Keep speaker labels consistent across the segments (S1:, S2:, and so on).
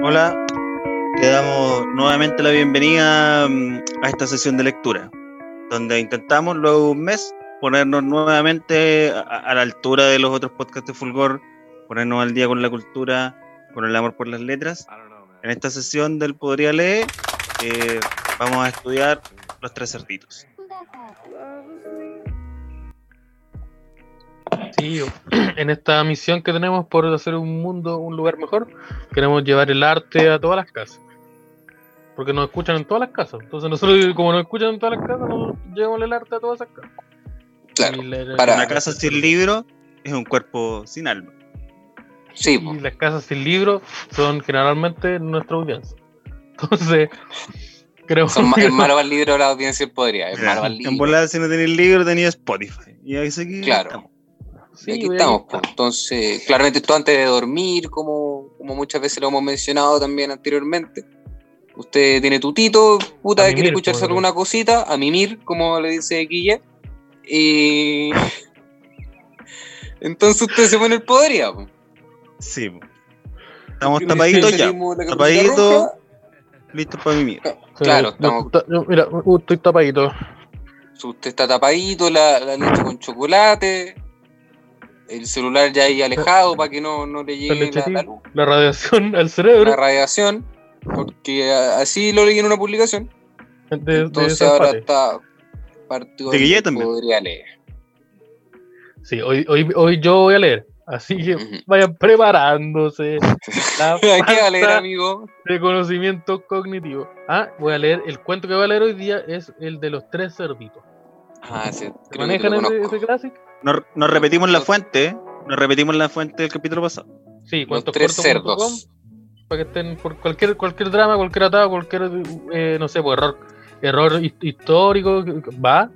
S1: Hola, le damos nuevamente la bienvenida mm, a esta sesión de lectura, donde intentamos luego de un mes ponernos nuevamente a, a la altura de los otros podcasts de Fulgor, ponernos al día con la cultura, con el amor por las letras. En esta sesión del Podría Leer eh, vamos a estudiar Los Tres Cerditos.
S2: Sí, en esta misión que tenemos por hacer un mundo un lugar mejor, queremos llevar el arte a todas las casas. Porque nos escuchan en todas las casas. Entonces nosotros, como nos escuchan en todas las casas, nos llevamos el arte a todas esas casas.
S3: Claro,
S2: Y la-
S3: para-
S2: la
S1: Una casa sin libro es un cuerpo sin alma.
S3: Sí, po.
S2: Y las casas sin libros son generalmente nuestra audiencia. Entonces, creo
S3: Son ma- es malo para el libro la audiencia podría. Es malo para el
S1: En
S3: libro.
S1: volada, si no tenía libro, tenía Spotify. Y ahí seguí.
S3: Claro.
S1: estamos.
S3: Y
S2: sí,
S3: aquí
S2: voy a-
S3: estamos, pues, po. entonces, claramente esto antes de dormir, como, como muchas veces lo hemos mencionado también anteriormente. Usted tiene tutito, puta,
S2: A pues,
S3: que quiere
S2: mimir,
S3: escucharse
S2: po,
S3: alguna cosita, a mimir, como le dice Guille. Y. Entonces usted se pone el podría, po.
S1: Sí. po. Estamos
S3: Recién
S1: tapaditos ya.
S3: salimos de la
S1: Tapadito.
S3: Capitana Roja.
S1: Listos para mimir.
S2: Sí,
S3: claro,
S2: yo-
S3: estamos-
S2: ta- yo- mira, uh, estoy tapadito.
S3: Usted está tapadito, la, la
S2: Ah.
S3: leche con chocolate, el celular ya
S2: Eh,
S3: ahí alejado para que no, no le llegue
S2: leche
S3: la, la
S2: tibia.
S3: luz,
S2: La radiación al
S3: la
S2: cerebro
S3: radiación, porque a- así lo leí en una publicación.
S2: de, de
S3: Entonces
S2: San
S3: ahora
S2: Pate.
S3: está partido
S1: De
S3: del
S1: Guille también.
S3: podría leer.
S2: Sí, hoy, hoy, hoy yo voy a leer. Así que
S3: Ujú.
S2: vayan preparándose. La
S3: ¿Qué va a leer,
S2: falta
S3: amigo?
S2: de conocimiento cognitivo. Ah, voy a leer. El cuento que voy a leer hoy día es el de los tres cerditos.
S3: Ah, sí,
S2: ¿Se
S3: creo que te
S2: ¿Manejan
S3: lo
S2: ese,
S3: conozco.
S2: ese clásico?
S1: Nos, nos repetimos la fuente, ¿eh? Nos repetimos la fuente del capítulo pasado.
S2: Sí,
S3: Los
S2: cuentos
S3: tres
S2: cortos punto com,
S3: cerdos.
S2: Para que estén por cualquier, cualquier drama, cualquier atado, cualquier, eh, no sé, pues, error, error hi- histórico, que- que- va.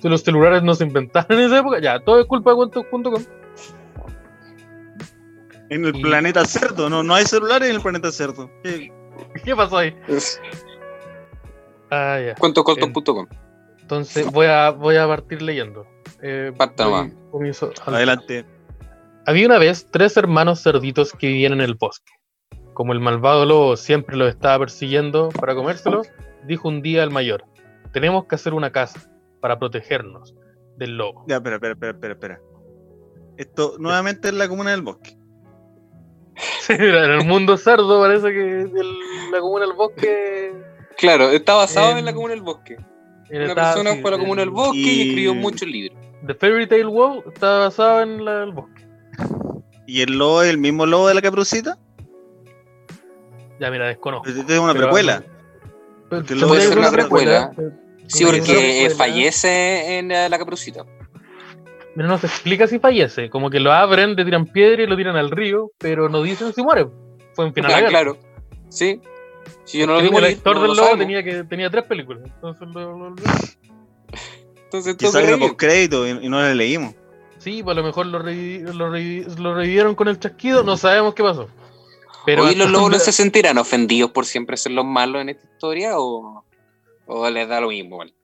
S2: Si los celulares no se inventaron en esa época, ya, todo es culpa de cuentos.com.
S1: En el
S2: Y-
S1: planeta cerdo, no, no hay celulares en el planeta cerdo. Eh,
S2: ¿Qué pasó ahí? Ah, ya.
S3: Cuentoscortos.com.
S2: Entonces voy a, voy a partir leyendo. Eh,
S3: Parta
S2: voy-
S3: nomás.
S2: comienzo al-
S1: Adelante.
S2: Había una vez tres hermanos cerditos que vivían en el bosque. Como el malvado lobo siempre los estaba persiguiendo para comérselos, dijo un día al mayor, tenemos que hacer una casa para protegernos del lobo.
S1: Ya, espera, espera, espera, espera, espera. Esto nuevamente es la comuna del bosque.
S2: Sí, mira, en el mundo cerdo parece que el- la comuna del bosque...
S3: Claro, está basado
S2: Eh,
S3: en la comuna del bosque.
S2: en
S3: Una
S2: esta-
S3: persona
S2: sí,
S3: fue a la comuna del
S2: el-
S3: bosque y
S1: y-
S3: escribió muchos libros.
S2: The Fairy Tale World está basada en la del bosque.
S1: ¿Y el lobo es el mismo lobo de la caprucita?
S2: Ya mira, desconozco.
S1: Pues Esta es una
S2: Pero-
S1: precuela.
S2: Pero-
S1: Porque luego
S2: tendría
S3: es
S2: que
S3: una
S2: ser
S3: Sí,
S2: Una
S3: porque eh,
S2: precuela.
S3: fallece en eh, la caprucita.
S2: Pero no se explica si fallece. Como que lo abren, le tiran piedra y lo tiran al río, pero no dicen si muere. Fue en final de
S3: Ah,
S2: guerra.
S3: claro. Sí. Si yo no lo vi
S2: Digo, el
S3: morir,
S2: actor
S3: no
S2: del
S3: lo
S2: lobo
S3: sabemos.
S2: tenía, que, tenía tres películas. Entonces, lo- lo- lo-
S3: Entonces tengo
S1: Quizás
S3: que
S1: hay
S3: reír.
S1: uno crédito y, y no le leímos.
S2: sí, pues a lo mejor lo, revivi- lo revivi- lo revivieron con el chasquido, no sabemos qué pasó. Pero
S3: Oye, los
S2: hasta
S3: lobos no
S2: donde-
S3: se sentirán ofendidos por siempre ser los malos en esta historia o, o les da lo mismo. vale?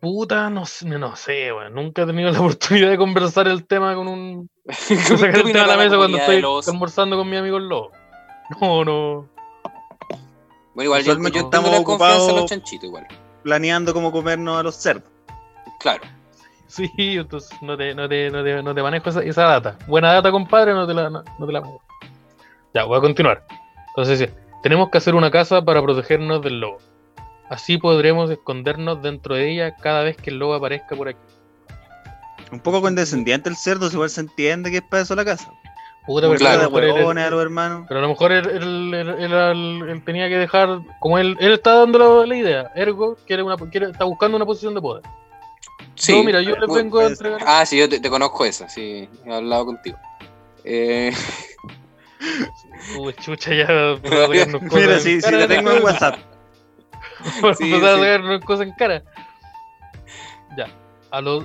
S2: Puta, no, sé- no sé, weón. Nunca he tenido la oportunidad de conversar el tema con un... de sacar
S3: ¿Qué
S2: el tema
S3: opinas
S2: a la
S3: de
S2: mesa cuando
S3: comunidad de
S2: estoy
S3: los-
S2: conversando con mi amigo el lobo. No, no.
S3: Bueno, igual yo,
S1: Usualmente
S3: yo tengo la
S1: estamos
S3: confianza en los
S1: ocupados-
S3: chanchitos igual.
S1: Planeando cómo comernos a los cerdos.
S3: Claro.
S2: Sí, entonces no te, no te, no te, no te manejo esa, esa data. Buena data, compadre, no te la, no, no te la manejo. Ya, voy a continuar. Entonces, sí, tenemos que hacer una casa para protegernos del lobo. Así podremos escondernos dentro de ella cada vez que el lobo aparezca por aquí.
S1: Un poco condescendiente el cerdo, si igual se entiende que es para eso la casa.
S2: Puta,
S1: Una
S2: pero
S3: claro,
S1: cara de
S2: a lo mejor él-
S1: huevones a los hermanos.
S2: pero a lo mejor él, él- él- él- él- él tenía que dejar, como él, él está dando la, la idea, ergo quiere una, quiere- está buscando una posición de poder.
S3: Sí.
S2: no, mira, yo le
S3: Bueno,
S2: vengo a
S1: puede ser.
S2: entregar...
S3: Ah, sí, yo te, te conozco esa, sí, he hablado contigo. Eh,
S2: Uy, chucha, ya... me va a sacarnos cosas
S1: Mira,
S2: en
S1: si, si
S2: cara,
S1: la
S2: la
S1: tengo en WhatsApp.
S2: Por
S3: Sí,
S2: empezar
S3: sí.
S2: a sacarnos cosas en cara. Ya, a los.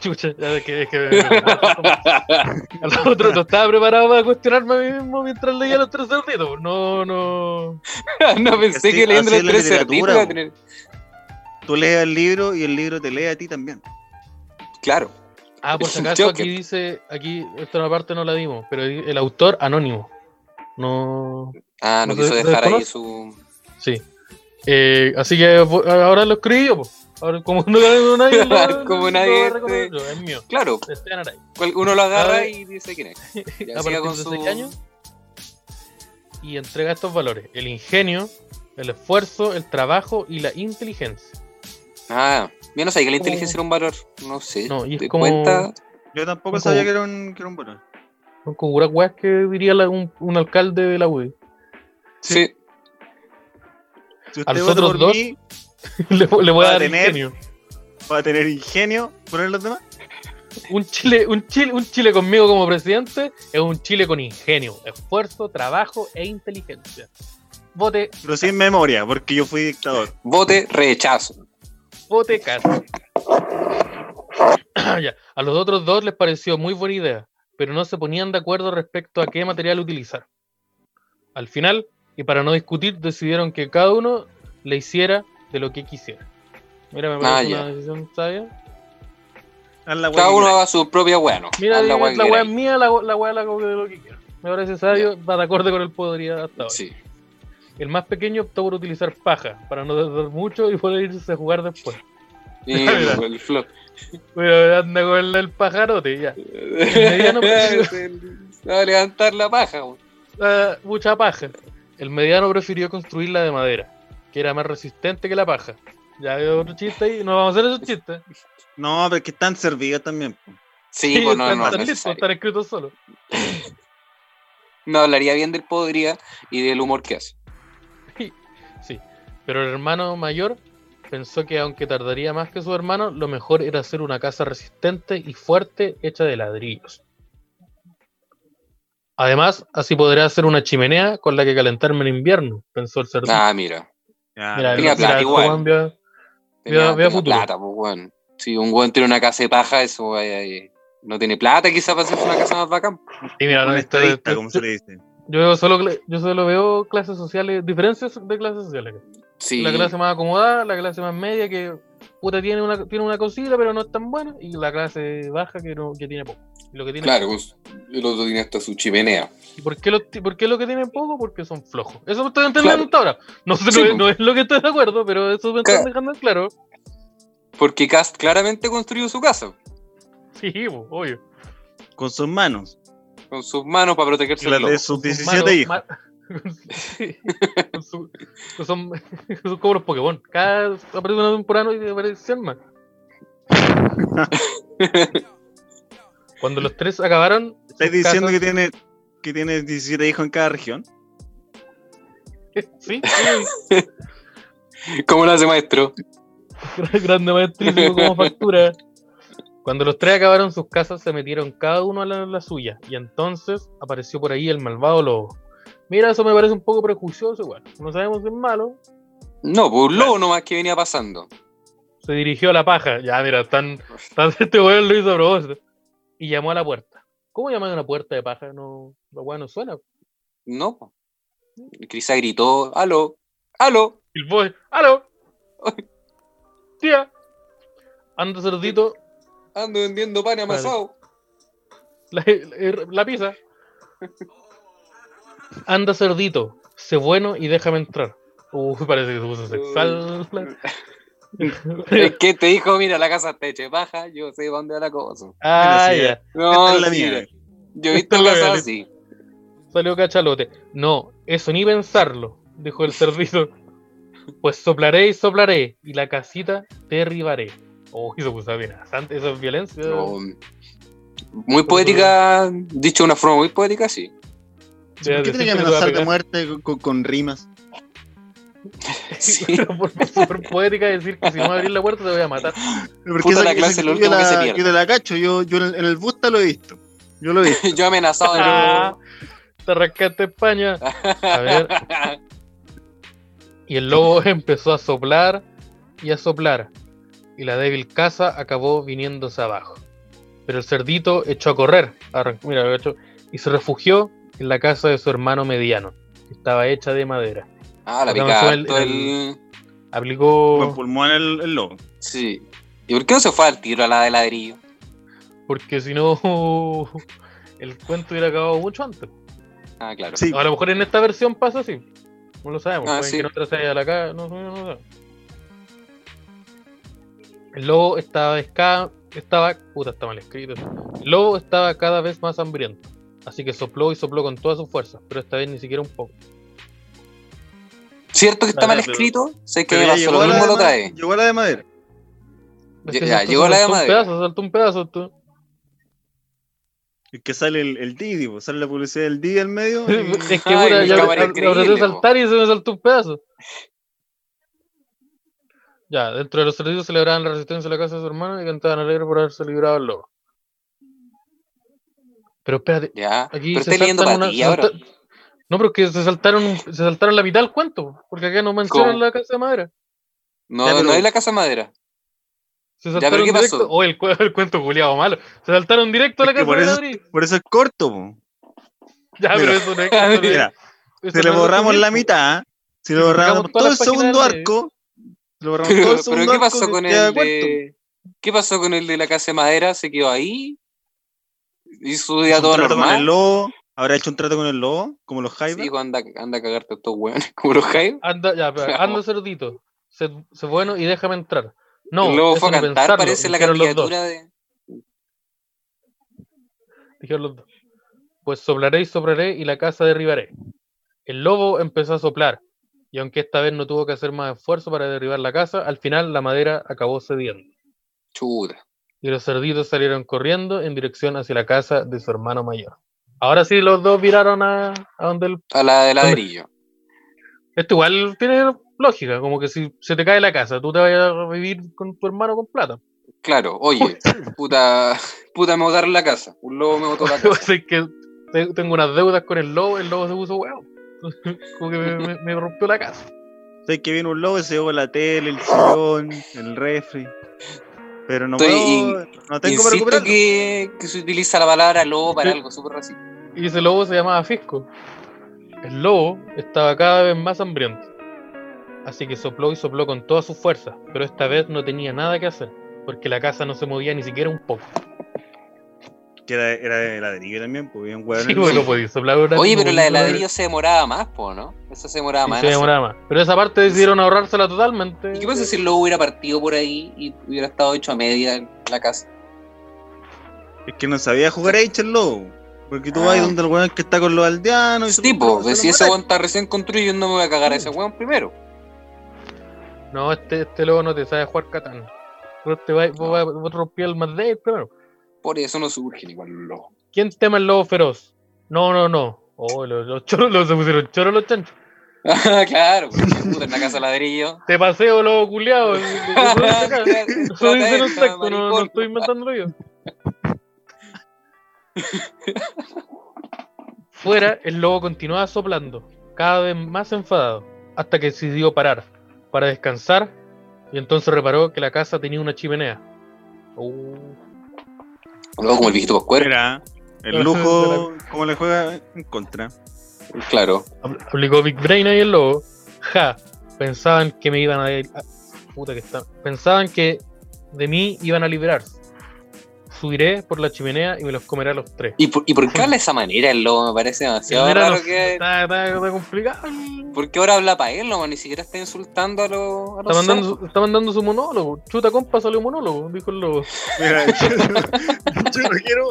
S2: Chucha, ya de que. es que- a los otros no estaba preparado para cuestionarme a mí mismo mientras leía los tres cerditos. No, no.
S3: no pensé
S1: Así-
S3: que leyendo
S1: así
S3: los
S1: es la
S3: tres
S1: literatura,
S3: cerditos iba a
S1: po.
S3: tener.
S1: Tú lees el libro y el libro te lee a ti también.
S3: Claro.
S2: Ah, por si
S3: Es un
S2: acaso,
S3: Joker.
S2: aquí dice. Aquí, esta parte no la dimos, pero di- el autor anónimo. No.
S3: Ah, no
S2: ¿No te-
S3: quiso
S2: te
S3: dejar ahí
S2: desconoce?
S3: su.
S2: Sí. Eh, así que vo- ahora lo escribí yo, po. Ahora, como no ganó nadie. lo-
S3: Como
S2: lo
S3: nadie
S2: reconoce
S3: te-
S2: yo, es mío.
S3: Claro,
S2: Esteban Araya.
S3: cual- uno lo agarra
S2: Ah,
S3: y dice quién es. Ya
S2: a partir
S3: siga con
S2: de
S3: su.
S2: Ah, seis años y entrega estos valores: el ingenio, el esfuerzo, el trabajo y la inteligencia.
S3: Ah, yo no sabía que la
S2: Como-
S3: inteligencia era un valor. No sé.
S2: No, y es
S3: ¿Te
S2: como-
S3: cuenta?
S1: Yo tampoco
S2: Ojo.
S1: sabía que era un, que era un bueno.
S2: Son como puras weas que diría la- un, un alcalde de la UDI.
S3: Sí.
S1: Si
S2: A
S1: usted vota
S2: nosotros
S1: por
S2: dos.
S1: mí,
S2: le, le voy
S1: Va
S2: a
S1: a
S2: dar
S1: tener-
S2: ingenio.
S1: va a tener ingenio, poner los demás.
S2: Un Chile, un, Chile, un Chile conmigo como presidente es un Chile con ingenio, esfuerzo, trabajo e inteligencia. Vote,
S1: Pero sin memoria, porque yo fui dictador.
S3: Vote, rechazo.
S2: vote casa. Ya, A los otros dos les pareció muy buena idea, pero no se ponían de acuerdo respecto a qué material utilizar. Al final, y para no discutir, decidieron que cada uno le hiciera de lo que quisiera. Mira, me
S3: Ah,
S2: parece
S3: ya.
S2: una decisión sabia.
S1: Haz la hueá que
S3: Cada uno
S1: queráis.
S3: haga su propia wea, ¿no?
S2: Mira,
S3: Haz
S2: la
S3: wea que
S2: weá es
S3: queráis.
S2: mía, la, la weá la hago de lo que quiero. Me parece sabio, va de acorde con el podría hasta ahora.
S3: Sí.
S2: El más pequeño optó por utilizar paja, para no tardar mucho y poder irse a jugar después.
S3: Y
S2: Mira.
S3: el flow.
S2: Pero anda con el, el pajarote, ya. mediano-
S3: Se Va a levantar la paja, weón.
S2: Ah, mucha paja. El mediano prefirió construirla de madera, que era más resistente que la paja. Ya hay otro chiste ahí, no vamos a hacer esos chistes.
S1: No, pero que están servidas también. po.
S3: Sí, pues no,
S2: están,
S3: no, no,
S2: están
S3: es
S2: listos,
S3: necesario.
S2: están escritos solo.
S3: no hablaría bien del podría y del humor que hace.
S2: Sí, pero el hermano mayor pensó que aunque tardaría más que su hermano, lo mejor era hacer una casa resistente y fuerte hecha de ladrillos. Además, así podrá hacer una chimenea con la que calentarme en invierno, pensó el cerdo.
S3: Ah, mira.
S1: Ya,
S2: Mira,
S1: pero-
S3: tenía plata
S2: mira,
S3: igual.
S2: este weón vio-
S3: Tenía,
S2: Vea- vea
S3: tenía
S2: futuro.
S3: plata, pues, weón. Si un weón tiene una casa de paja, eso vaya ahí. No tiene plata, quizás para hacerse una casa más bacán.
S2: y mira,
S1: un
S2: no, este-
S1: estadista,
S2: este-
S1: como se le dice.
S2: Yo veo solo, cla- yo solo veo clases sociales, diferencias de clases sociales.
S3: Sí.
S2: La clase más acomodada, la clase más media que puta tiene una tiene una cosita pero no es tan buena y la clase baja que no que tiene poco. Y lo que tiene
S3: Claro, pues, el otro tiene hasta su chimenea.
S2: ¿Y por qué, los ti- por qué lo que tienen poco? Porque son flojos. Eso me estoy entendiendo
S3: Claro.
S2: hasta ahora. No, sé,
S3: Sí,
S2: no, es-
S3: pues.
S2: no es lo que estoy de acuerdo, pero eso me están
S3: Claro.
S2: dejando en claro.
S3: Porque Cast claramente construyó su casa
S2: Sí, po, obvio.
S1: Con sus manos.
S3: con sus manos para protegerse
S1: Y las
S3: del
S1: de
S3: lobo.
S1: sus
S2: Con sus
S1: 17
S2: manos,
S1: hijos.
S2: ma- con su- sí, con su- con son, son como los Pokémon. Cada aparece una temporada y aparece 100 más. Cuando los tres acabaron.
S1: ¿Estáis diciendo que tiene, que tiene 17 hijos en cada región?
S2: que.? Sí,
S3: ¿Cómo lo hace maestro?
S2: Gran- Grande maestrísimo como factura. Cuando los tres acabaron sus casas, se metieron cada uno a la, la suya. Y entonces apareció por ahí el malvado lobo. Mira, eso me parece un poco prejuicioso, igual. No sabemos si es malo.
S3: No, pues un lobo nomás que venía pasando.
S2: Se dirigió a la paja. Ya, mira, tan, tan este weón lo hizo a propósito. Y llamó a la puerta. ¿Cómo llamar a una puerta de paja? No, la weá no suena.
S3: No, po. Crisa gritó, aló, aló.
S2: Y el boy, ¡aló! ¡Tía! Anda cerdito,
S3: Ando vendiendo pan amasado.
S2: La, la- la pizza. Anda cerdito, sé bueno y déjame entrar. Uy, parece que se puso sexual.
S3: Es que te dijo, mira, la casa está hecha de paja, yo sé para dónde va la cosa.
S2: ah,
S1: Bueno, sí,
S2: ya.
S3: No,
S1: Esta es la
S3: sí,
S1: mía.
S3: Yo he
S2: Esta
S3: visto
S2: es la
S3: casas
S2: mía.
S3: así.
S2: Salió cachalote. No, eso ni pensarlo, dijo el cerdito. Pues soplaré y soplaré, y la casita derribaré. Uy, se puso amenazante. Eso es violencia.
S3: No, Muy poética, dicho de una forma muy poética, sí.
S1: Sí, ¿Por qué tiene que
S2: siempre te va a
S1: amenazar de
S2: pegar.
S1: muerte con, con- con rimas?
S3: Sí.
S2: Una forma súper poética de decir que si no abrir la puerta te voy a matar.
S1: Porque
S3: Puta,
S1: esa-
S3: la
S1: esa-
S3: clase es lo
S1: yo
S3: último que
S1: la-
S3: se pierde.
S1: Yo te la cacho, yo, yo en, el, en el Busta lo he visto. Yo lo he visto.
S3: Yo amenazado de
S2: Ah,
S3: nuevo.
S2: te rescate España. A ver. Y el lobo empezó a soplar y a soplar, y la débil casa acabó viniéndose abajo. Pero el cerdito echó a correr, arran- mira, lo echó, y se refugió en la casa de su hermano mediano, que estaba hecha de madera.
S3: Ah, la
S2: Acá me
S3: picada.
S2: fue el-
S3: harto
S2: el-
S3: el-
S1: Con
S2: Aplicó
S1: pulmón el, el lobo.
S3: Sí. ¿Y por qué no se fue al tiro a la de ladrillo?
S2: porque si no el cuento hubiera acabado mucho antes.
S3: Ah, claro.
S1: Sí,
S2: A lo mejor en esta versión pasa así. No lo sabemos.
S3: Ah,
S2: Pueden
S3: sí.
S2: que en otra se haya la caga. No, no, no sabemos. El lobo estaba, esca- estaba. Puta, está mal escrito. El lobo estaba cada vez más hambriento. Así que sopló y sopló con todas sus fuerzas. Pero esta vez ni siquiera un poco.
S3: ¿Cierto que está
S1: Claro,
S3: mal
S1: Ah, pero-
S3: escrito? Sé que
S1: pero ya
S3: pasó
S1: llegó, a
S3: lo
S1: la
S3: mismo
S1: de
S3: la otra
S1: madera,
S3: vez.
S1: llegó a la de madera.
S2: Es que
S3: Ya,
S2: Este saltó-
S3: llegó la de
S2: saltó
S3: madera.
S2: Un pedazo, saltó un pedazo. tú.
S1: Es que sale el, el Didi, po, sale la publicidad del Didi al medio. y-
S2: Es que
S3: Ay,
S2: puta,
S3: mi
S2: ya
S3: cámara
S2: ya- ya
S3: increíble,
S2: traté de
S3: po.
S2: saltar y se me saltó un pedazo. Ya, dentro de los servicios celebraban la resistencia a la casa de su hermano y cantaban alegre por haberse librado al lobo. Pero espérate,
S3: Ya.
S2: Aquí
S3: pero
S2: se
S3: estoy leyendo
S2: saltan
S3: para
S2: una-
S3: ti
S2: se
S3: ahora.
S2: salta- no, pero es que se saltaron, se saltaron la mitad del cuento, porque acá no mencionan
S3: ¿Cómo?
S2: la casa de madera.
S3: No,
S1: Ya, pero-
S3: no es la casa de madera.
S2: Se
S3: Ya, pero
S2: saltaron
S3: ¿qué
S2: directo.
S3: pasó?
S2: Oh, el, cu- el cuento culiado malo. Se saltaron directo a la
S1: Es que
S2: casa
S1: por
S2: de
S1: eso-
S2: Madrid.
S1: Por eso es corto. po.
S2: Ya, pero
S1: Mira.
S2: eso no es. eso no es-
S1: Mira,
S2: eso
S1: si
S2: no
S1: le
S2: es
S1: borramos la
S2: documento.
S1: mitad, ¿ah? si le
S2: le
S1: borramos
S2: borramos toda
S1: todo
S2: la
S1: el
S2: página
S1: segundo
S2: del medio.
S1: arco, si le borramos todo
S3: Pero,
S1: el
S3: pero
S1: segundo
S3: ¿qué
S1: arco,
S3: pasó con
S1: queda
S3: el
S1: cuarto.
S3: de... ¿Qué pasó con el de la casa de madera? ¿Se quedó ahí? ¿Hizo ya
S1: Hizo un
S3: todo
S1: trato con el
S3: normal?
S1: lobo, habrá hecho un trato con el lobo, como los Jaivas.
S3: Sí, pues, anda, anda a cagarte a estos hueones como los Jaime.
S2: Anda, ya, pero anda cerdito. Sé, sé bueno y déjame entrar. No,
S3: el lobo
S2: eso
S3: fue a
S2: ni
S3: cantar,
S2: pensarlo,
S3: parece la
S2: dijeron los dos,
S3: caricatura de.
S2: dijeron los dos. Pues soplaré y soplaré y la casa derribaré. El lobo empezó a soplar, y aunque esta vez no tuvo que hacer más esfuerzo para derribar la casa, al final la madera acabó cediendo.
S3: Chuta.
S2: Y los cerditos salieron corriendo en dirección hacia la casa de su hermano mayor. Ahora sí, los dos viraron a, a donde el
S3: A la de ladrillo.
S2: Esto igual tiene lógica, como que si se te cae la casa, tú te vas a vivir con tu hermano con plata.
S3: Claro, oye, puta, puta me botaron la casa. Un lobo me botó
S2: Lo
S3: la
S2: que
S3: casa.
S2: pasa es que te- tengo unas deudas con el lobo, el lobo se puso huevo. Como que me, me- me rompió la casa.
S1: Sé que viene un lobo y se llevó la tele, el sillón, el refri. Pero no,
S3: Estoy
S1: puedo, no tengo para
S3: Insisto
S1: recuperarlo.
S3: que, que se utiliza la palabra lobo para algo súper racista.
S2: Y ese lobo se llamaba Fisco. El lobo estaba cada vez más hambriento. Así que sopló y sopló con todas sus fuerzas, pero esta vez no tenía nada que hacer, porque la casa no se movía ni siquiera un poco.
S1: Que era, era de ladrillo también, pues había un hueón en
S2: Sí,
S1: el
S2: bueno,
S1: medio.
S2: podía soplar una-
S3: Oye, pero la de
S2: una-
S3: ladrillo se demoraba más, po, ¿no? Esa se demoraba
S2: Sí,
S3: más.
S2: se
S3: en hacer.
S2: demoraba más. Pero esa parte decidieron ahorrársela totalmente.
S3: ¿Y qué pasa si el lobo hubiera partido por ahí y hubiera estado hecho a media en la casa?
S1: Es que no sabía jugar a H el lobo. Porque tú
S3: Ah.
S1: vas donde el weón que está con los aldeanos. y se-
S3: Tipo,
S1: se lo
S3: si ese
S1: matan.
S3: weón está recién construido, yo no me voy a cagar a ese weón primero.
S2: No, este, este lobo no te sabe jugar Catán. Vos te vas, vos vas- vos rompí el más de él primero.
S3: Por eso no surgen igual los lobos.
S2: ¿Quién tema el lobo feroz? No, no, no. Oh, los, los choros los, se pusieron choros los chanchos.
S3: Ah, claro, porque puta, en la casa de ladrillo.
S2: Te paseo, lobo culiado. Eso dicen los textos, no, no
S3: Maricón.
S2: estoy inventándolo yo. Fuera, el lobo continuaba soplando, cada vez más enfadado, hasta que decidió parar para descansar y entonces reparó que la casa tenía una chimenea. Oh.
S3: Luego como el viejito Pascuero,
S1: Era el lujo, como le juega en contra.
S3: claro.
S2: Apl- Aplicó Big Brain ahí el lobo. Ja, pensaban que me iban a. ah, puta que está. Pensaban que de mí iban a liberarse. Subiré por la chimenea y me los comeré a los tres.
S3: ¿Y por, ¿Y por qué habla de esa manera el lobo? Me parece demasiado
S2: Primero
S3: raro
S2: los-
S3: que...
S2: Está, está- está complicado. Está
S3: ¿Por qué ahora habla para él, lobo? Ni siquiera está insultando a los... A los cerdos.
S2: mandando, su, está mandando su monólogo. Chuta compa salió un monólogo, dijo el lobo.
S1: Mira, yo, yo no quiero.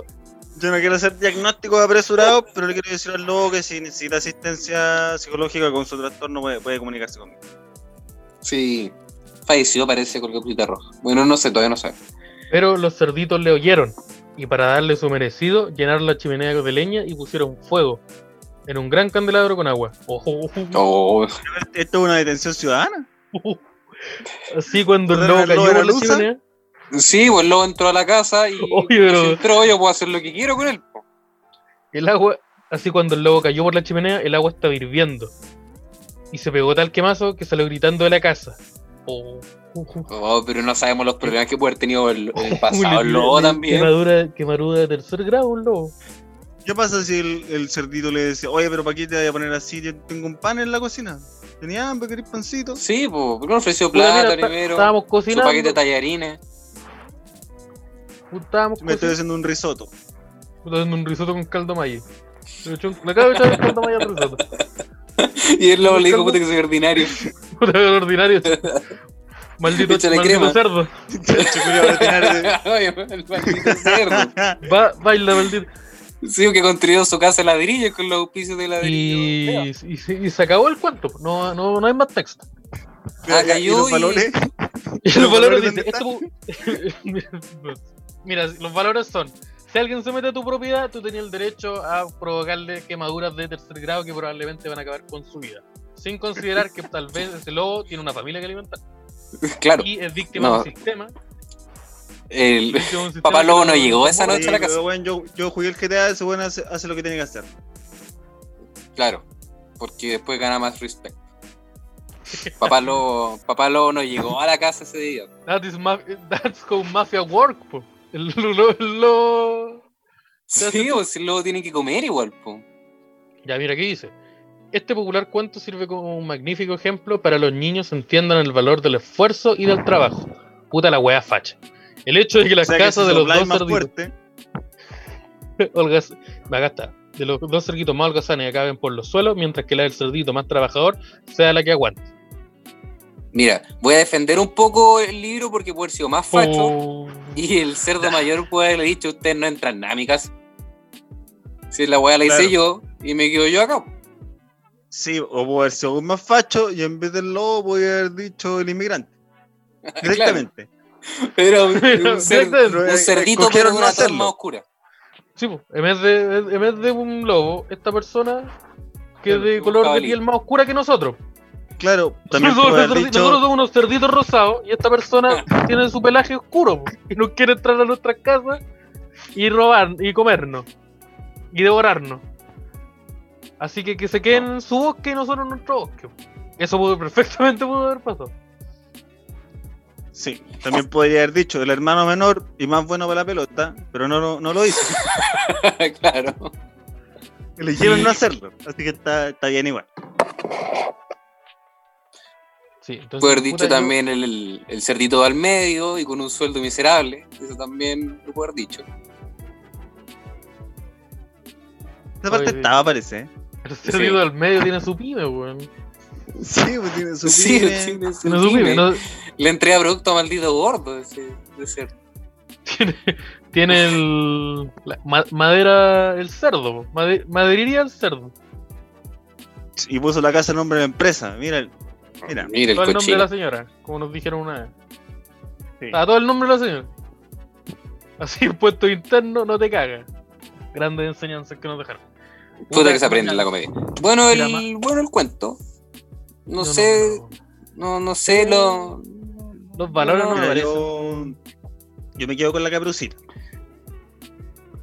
S1: Yo no quiero hacer diagnósticos apresurados, pero le quiero decir al lobo que si necesita asistencia psicológica con su trastorno puede, puede comunicarse conmigo.
S3: Sí. Falleció, parece, con el capulita roja. Bueno, no sé, todavía no sé.
S2: Pero los cerditos le oyeron, y para darle su merecido, llenaron la chimenea de leña y pusieron fuego en un gran candelabro con agua. Ojo, ojo, ojo.
S3: Oh,
S1: Este, Esto es una detención ciudadana.
S2: Así cuando el lobo
S1: ¿Recuerdan el lobo de
S2: cayó
S1: la
S2: por la
S1: Lusa?
S2: chimenea.
S3: Sí, pues el lobo entró a la casa y
S2: Oye, pero-
S3: si entró yo puedo hacer lo que quiero con él. po.
S2: El agua, así cuando el lobo cayó por la chimenea, el agua estaba hirviendo. Y se pegó tal quemazo que salió gritando de la casa. Oh, uh, uh.
S3: Oh, pero no sabemos los problemas que puede haber tenido el, el
S2: Le-
S3: pasado el
S2: le-
S3: lobo
S2: le-
S3: también.
S2: Quemadura, quemadura de tercer grado, un lobo.
S1: ¿Qué pasa si el, el cerdito le dice, oye, pero para qué te voy a poner así? Yo tengo un pan en la cocina. ¿Tenía hambre? ¿Querés pancito?
S3: Sí, pues, porque no ofreció
S2: Puta, mira,
S3: plata
S2: está-
S3: primero,
S2: estábamos
S3: su paquete de
S2: cocinando.
S3: tallarines.
S2: Estábamos
S1: Me estoy
S2: cocinando
S1: haciendo un risotto.
S2: haciendo un risotto con caldo mayo. Pero chun- Me acabo de echar cuando me haya atrasado.
S3: Y él luego le dijo, puta que soy ordinario.
S2: Puta el ordinario. Maldito,
S3: Échale
S2: maldito
S3: crema.
S2: cerdo.
S1: eh,
S3: Oye, el maldito cerdo.
S2: Va, baila, maldito.
S3: Sí, que construyó su casa en ladrillo con los auspicios de ladrillo.
S2: Y, y se- y se acabó el cuento. No, no, no hay más texto.
S3: Ah, cayó
S1: ¿Y los
S3: y-
S1: valores?
S2: Y los,
S1: ¿Los
S2: valores,
S1: valores
S2: dicen, esto- Mira, los valores son. Si alguien se mete a tu propiedad, tú tenías el derecho a provocarle quemaduras de tercer grado que probablemente van a acabar con su vida. Sin considerar que tal vez ese lobo tiene una familia que alimentar
S3: Claro,
S2: y es víctima
S3: No.
S2: de un sistema.
S3: el
S2: víctima de un sistema
S3: papá
S2: que
S3: lobo
S2: lo-
S3: no llegó esa
S2: lo-
S3: noche a la
S1: Sí,
S3: casa.
S1: pero bueno, yo, yo jugué el GTA, ese bueno hace, hace lo que tiene que hacer.
S3: Claro, porque después gana más respect. Papá lobo, papá lobo no llegó a la casa ese día.
S2: That is ma- that's how mafia work, po. El lobo. el lobo-
S3: Sí, pues, o si luego tienen que comer igual, po.
S2: Ya, mira, ¿qué dice? Este popular cuento sirve como un magnífico ejemplo para los niños entiendan el valor del esfuerzo y del trabajo. Puta la weá facha. El hecho de que
S1: O
S2: las
S1: sea que
S2: casas
S1: si
S2: de los
S1: soplás
S2: dos
S1: más
S2: cerditos.
S1: fuerte,
S2: holgaz- Acá está. De los dos cerditos más holgazanes acaben por los suelos, mientras que la del cerdito más trabajador sea la que aguante.
S3: Mira, voy a defender un poco el libro porque puede haber sido más facho.
S2: Oh.
S3: Y el cerdo mayor puede haberle dicho, ustedes no entran nada a mi casa. Si la weá la
S1: Claro.
S3: hice yo y me quedo yo acá.
S1: Sí, o puedo haber sido aún más facho y en vez del lobo voy a haber dicho el inmigrante. Directamente.
S3: Era un, un cer-
S2: Exactamente.
S3: un cerdito pero
S1: Escogieron
S3: de
S1: no
S3: una
S1: hacerlo.
S3: forma oscura.
S2: Sí, po. en vez, de, en vez de un lobo, esta persona que es de
S3: Un
S2: color de
S3: jabalí.
S2: piel más oscura que nosotros.
S1: Claro, también
S2: Nosotros,
S1: puedo haber
S2: nosotros-
S1: dicho.
S2: nosotros somos unos cerditos rosados y esta persona tiene su pelaje oscuro po, y nos quiere entrar a nuestras casas y robar y comernos y devorarnos. Así que que se queden en su bosque y nosotros en nuestro bosque. po. Eso pudo, perfectamente pudo haber pasado.
S1: Sí, también podría haber dicho el hermano menor y más bueno para la pelota, pero no, lo- no lo hizo.
S3: claro.
S1: Eligieron
S2: Sí.
S1: no hacerlo, así que está, está bien igual.
S2: Sí, entonces,
S3: Puede haber
S2: puta,
S3: dicho
S2: yo-
S3: también el, el- el cerdito al medio y con un sueldo miserable. Eso también lo puede haber dicho.
S1: Esa parte
S2: Oye,
S1: estaba, parece. ¿eh?
S2: el cerdito del medio tiene su pyme, weón.
S1: Sí, pues tiene su
S3: Sí,
S1: pyme.
S3: sí, de su
S2: Tiene su pyme,
S3: pyme.
S2: no-
S3: Le entrega producto a maldito gordo ese, de cerdo.
S2: tiene, tiene el, la- ma- madera el cerdo, po, made- maderería el cerdo.
S1: Y puso la casa en nombre de la empresa. Mira, mira.
S3: Mira el
S2: todo el nombre de
S3: cochino.
S2: la señora, como nos dijeron una vez.
S1: Sí.
S2: Estaba todo el nombre de la señora. Así el puesto interno no te caga. Grandes enseñanzas que nos dejaron.
S3: Puta que se aprende la comedia. Bueno,
S2: Mira,
S3: el, bueno, el cuento. No,
S2: Yo
S3: sé,
S2: no-
S3: no, no sé lo.
S2: Los valores no me
S1: Mira,
S2: parece.
S1: yo, yo me quedo con la caprucita.
S2: Ah,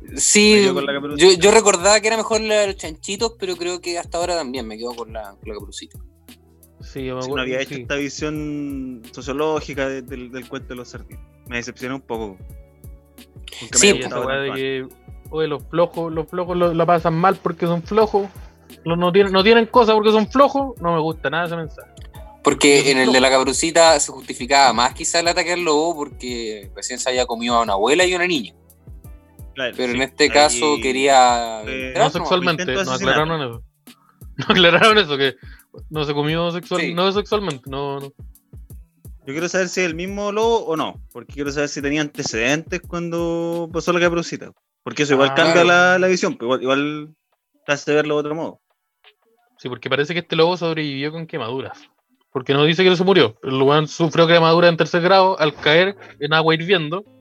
S1: Me
S3: Sí,
S1: quedo con la Caperucita.
S3: yo, yo recordaba que era mejor la de los chanchitos, pero creo que hasta ahora también me quedo con la, con la caperucita.
S2: Sí, yo me
S1: Si
S2: acuerdo.
S1: no había hecho
S2: sí.
S1: esta visión sociológica de- del, del cuento de los cerditos. Me decepciona un poco. Nunca me
S3: Sí,
S1: había
S2: Y esa
S1: gustado
S2: weá de
S1: tanto antes.
S2: que, oye, los flojos, los flojos lo- la pasan mal porque son flojos. Los no tienen, no tienen cosas porque son flojos. No me gusta nada ese mensaje.
S3: Porque en el de la caperucita se justificaba más quizás el ataque al lobo porque recién se había comido a una abuela y una niña.
S1: Claro,
S3: Pero
S1: sí.
S3: en este
S1: Ahí-
S3: caso quería...
S1: eh,
S3: entrar,
S2: No
S1: Claro,
S3: ¿no?
S2: sexualmente,
S1: intento de
S2: no
S1: asesinato.
S2: aclararon eso. No aclararon eso, que no se comió sexual,
S3: Sí.
S2: no sexualmente, no, no.
S1: Yo quiero saber si es el mismo lobo o no, porque quiero saber si tenía antecedentes cuando pasó la caprucita. Porque eso igual
S2: Ah,
S1: cambia
S3: claro.
S1: la, la visión, pues igual, igual te hace verlo de otro modo.
S2: Sí, porque parece que este lobo sobrevivió con quemaduras. Porque no dice que se murió. El weón sufrió quemaduras en tercer grado al caer en agua hirviendo.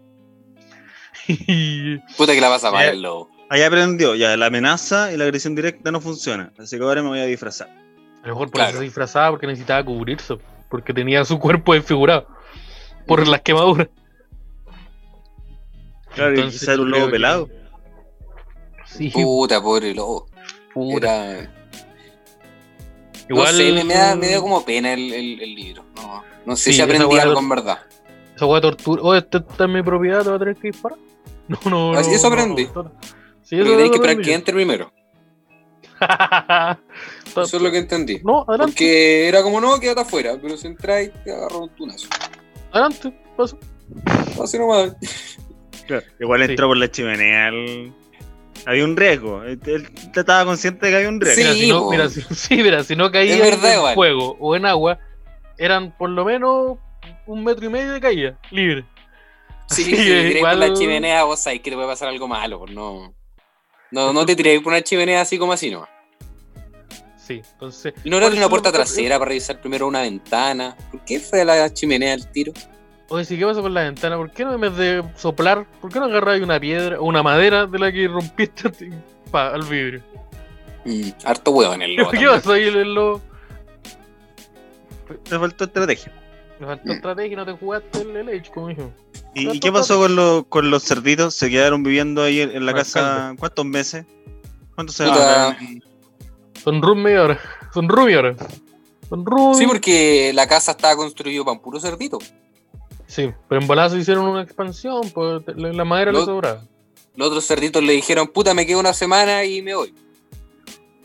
S2: Y
S3: Puta que la pasa mal
S1: Eh,
S3: el lobo.
S1: Ahí aprendió, ya la amenaza y la agresión directa no funciona, así que ahora me voy a disfrazar.
S2: a lo mejor por
S3: Claro.
S2: eso se disfrazaba porque necesitaba cubrirse. Porque tenía su cuerpo desfigurado por las quemaduras.
S1: Claro, y
S2: Entonces,
S1: quizá era un
S2: yo
S1: lobo
S2: creo que-
S1: pelado.
S2: Sí,
S3: Puta, pobre lobo.
S2: puta.
S3: Era...
S2: Igual.
S3: No sé, me, me da, me da como pena el, el- el libro. No, no sé
S2: Sí,
S3: si
S2: esa
S3: aprendí
S2: weá-
S3: algo en verdad.
S2: Esa weá tortura. Oh, esta, esta es mi propiedad, te va a tener que disparar. No, no.
S3: Así
S2: no,
S3: eso
S2: no,
S3: aprendí.
S2: no. Sí,
S3: Porque
S2: eso
S3: tenéis que esperar
S2: aprendí
S3: que entre primero.
S2: yo.
S3: Eso es lo que entendí.
S2: No, adelante.
S3: Porque era como, no, quédate afuera, pero si entráis te agarro un tunazo.
S2: Adelante. Paso.
S3: Así nomás.
S1: Igual
S2: Sí.
S1: entró por la chimenea al, Había un riesgo. Él él estaba consciente de que había un riesgo.
S2: Mira,
S3: Sí,
S2: si no,
S3: po.
S2: mira, si, sí, mira, si no
S3: Es
S2: caía
S3: verdad,
S2: en
S3: igual.
S2: fuego o en agua, eran por lo menos un metro y medio de caída, libre.
S3: Si
S2: Sí,
S3: te tiré
S2: igual-
S3: por la chimenea, vos sabés que te puede pasar algo malo, pues, no. No, no te tiré por una chimenea así como así, no.
S2: Sí, entonces.
S3: No era
S2: Por
S3: una
S2: eso
S3: puerta
S2: lo-
S3: trasera para revisar primero una ventana. ¿Por qué fue a la chimenea el tiro?
S2: Oye, si qué pasa por la ventana, ¿por qué no en vez de soplar, por qué no agarráis una piedra o una madera de la que rompiste ti- pa, al vidrio?
S3: Mm, harto huevo en el lobo.
S2: ¿Qué
S3: también.
S2: pasa ahí en el lobo?
S1: Te faltó estrategia.
S2: Me faltó
S3: Mm.
S2: estrategia y no te jugaste el LH, como dijimos.
S1: ¿Y, y qué pasó con, los con los cerditos? ¿Se quedaron viviendo ahí en en la
S2: Al
S1: casa cuántos meses? ¿Cuántos se
S3: Puta,
S2: Son rumi ahora. Son rumi ahora. Son rumi.
S3: Sí, porque la casa estaba construida para un puro cerdito.
S2: Sí, pero en balazo hicieron una expansión, pues te- la la madera
S3: No-
S2: le sobraba.
S3: Los otros cerditos le dijeron, puta, me quedo una semana y me voy.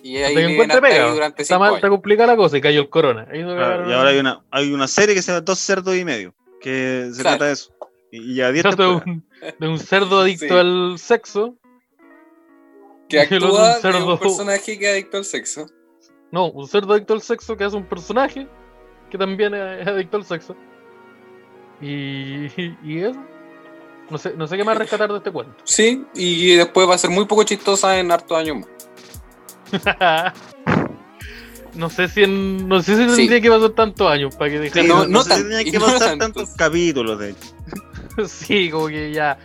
S3: Y ahí
S2: Hasta que
S3: viven
S2: encuentre
S3: hasta ahí
S2: pega.
S3: durante
S2: Está,
S3: cinco
S2: mal,
S3: años.
S2: está complicada la cosa y cayó el corona. Ahí se cagaron.
S1: Y ahora hay una, hay una serie que se llama Dos cerdos y medio, que se
S3: Claro.
S1: trata de eso. Y, y ya 10
S2: Trato de
S1: temporadas.
S2: un, de un cerdo adicto
S3: Sí.
S2: al sexo.
S3: Que
S2: Y el otro
S3: actúa de
S2: cerdo.
S3: un personaje que es adicto al sexo.
S2: No, un cerdo adicto al sexo que hace un personaje que también es adicto al sexo. Y, y eso. No sé, no sé qué más rescatar de este cuento.
S3: Sí, y después va a ser muy poco chistosa en harto años más.
S2: no sé si en, no sé si
S3: Sí.
S2: tendría que pasar tantos años para que
S1: Sí,
S2: dejara.
S3: no-
S1: no,
S3: no
S1: se
S3: tan-
S1: tenía
S3: y
S1: que
S3: no
S1: pasar
S3: tantos.
S1: tantos capítulos, de hecho.
S2: Sí, como que ya.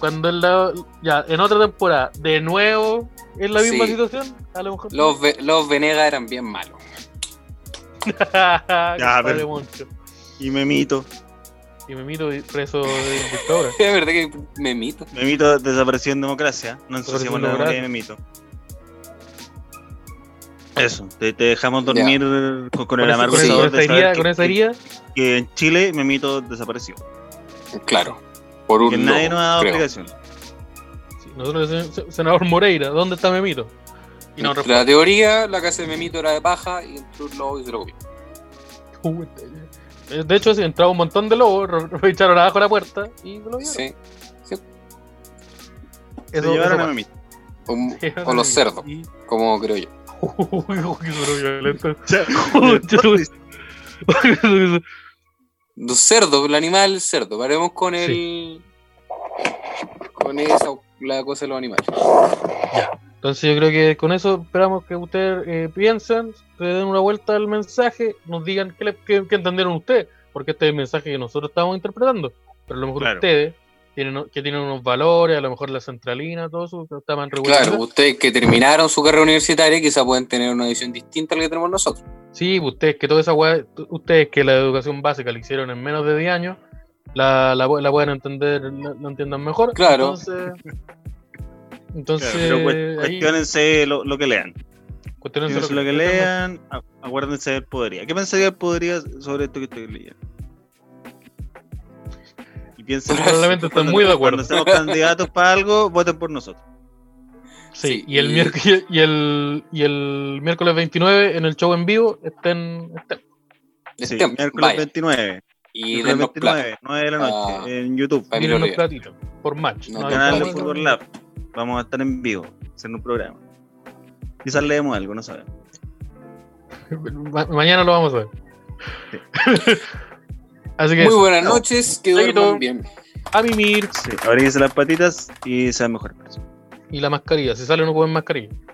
S2: Cuando en la. Ya, en otra temporada, de nuevo, en la misma
S3: Sí.
S2: situación, a lo mejor.
S3: Los, ve- los Venegas eran bien malos.
S2: ya,
S1: pero- Y me mito.
S2: Y me miro preso de dictadura.
S3: Es verdad que me mito.
S1: Me mito desapareció en democracia. No ensuciamos
S2: Desapareció en
S1: la memoria
S2: democracia.
S1: de me mito. Eso, te, te dejamos dormir con, con el amargo
S2: con, esa-
S1: sabor
S2: con
S1: de
S2: esa
S1: saber
S2: herida,
S1: que-
S2: con esa herida,
S1: que en Chile me mito desapareció.
S3: Claro. Por un
S1: Que nadie nos ha dado
S3: lobo, creo.
S1: explicación.
S2: sí, nosotros decimos, senador Moreira, ¿dónde está Memito? Y no responde.
S3: La teoría, la casa de Memito era de paja y entró un lobo y se lo comió.
S2: Uh, eh, De hecho, sí, entraba un montón de lobos, ro- ro- echaron abajo la puerta y lo vieron.
S3: Sí.
S1: Se
S2: Eso-
S1: llevaron
S2: eso
S1: a me mito.
S3: Un-
S2: pasa.
S3: o los cerdos,
S2: Y-
S3: como creo yo.
S2: Uy, qué duro, violento.
S1: Ya.
S2: Uy,
S3: Los cerdos, el animal cerdo. Paremos con el. Con esa, la cosa de los animales.
S2: Entonces yo creo que con eso esperamos que ustedes eh, piensen, le den una vuelta al mensaje, nos digan qué, le- qué- qué entendieron ustedes, porque este es el mensaje que nosotros estamos interpretando. Pero a lo mejor
S1: Claro.
S2: ustedes tienen, que tienen unos valores, a lo mejor la centralina, todo eso, que estaban regulados.
S3: Claro, ustedes que terminaron su carrera universitaria quizá pueden tener una visión distinta a la que tenemos nosotros.
S2: Sí, pues, ustedes que toda esa weá, ustedes que la educación básica la hicieron en menos de 10 años, la, la, pu- la pueden entender, la, la entiendan mejor.
S3: Claro.
S2: Entonces,
S1: Claro,
S2: entonces
S1: pero cuest-
S2: ahí,
S1: cuestionense lo, lo que lean.
S2: cuestionense
S1: Cuestionense lo que lean,
S2: entendemos.
S1: a- aguárdense del podería. ¿Qué pensaría el podería sobre esto que estoy leyendo? Y piensen
S2: Probablemente están
S1: cuando-
S2: muy de acuerdo.
S1: Cuando seamos candidatos para algo, voten por nosotros.
S2: Sí,
S3: Sí,
S2: y, el
S3: y-
S2: miércoles, y, el, y el miércoles 29 en el show en vivo estén. estén.
S1: Sí,
S3: Estén,
S1: miércoles
S3: Este, vaya,
S1: 29.
S3: y
S1: miércoles
S3: dennos plata.
S1: 29, 9 de la noche,
S3: Ah.
S1: en YouTube.
S3: Ahí me
S2: Miren
S3: lo
S2: los
S3: leo.
S2: platitos por match.
S3: No,
S2: hay
S1: canal de
S3: Ahí.
S2: problema.
S1: Fútbol Lab. Vamos a estar en vivo, haciendo un programa. Quizás leemos algo, no sabemos.
S2: Ma- mañana lo vamos a ver. Así que,
S3: Muy buenas
S1: No.
S3: noches, que
S2: Chaito.
S3: duerman bien.
S2: a mimir
S1: Sí, abríguense las patitas y sean mejores personas.
S2: y la mascarilla. Si sale, no ponen mascarilla.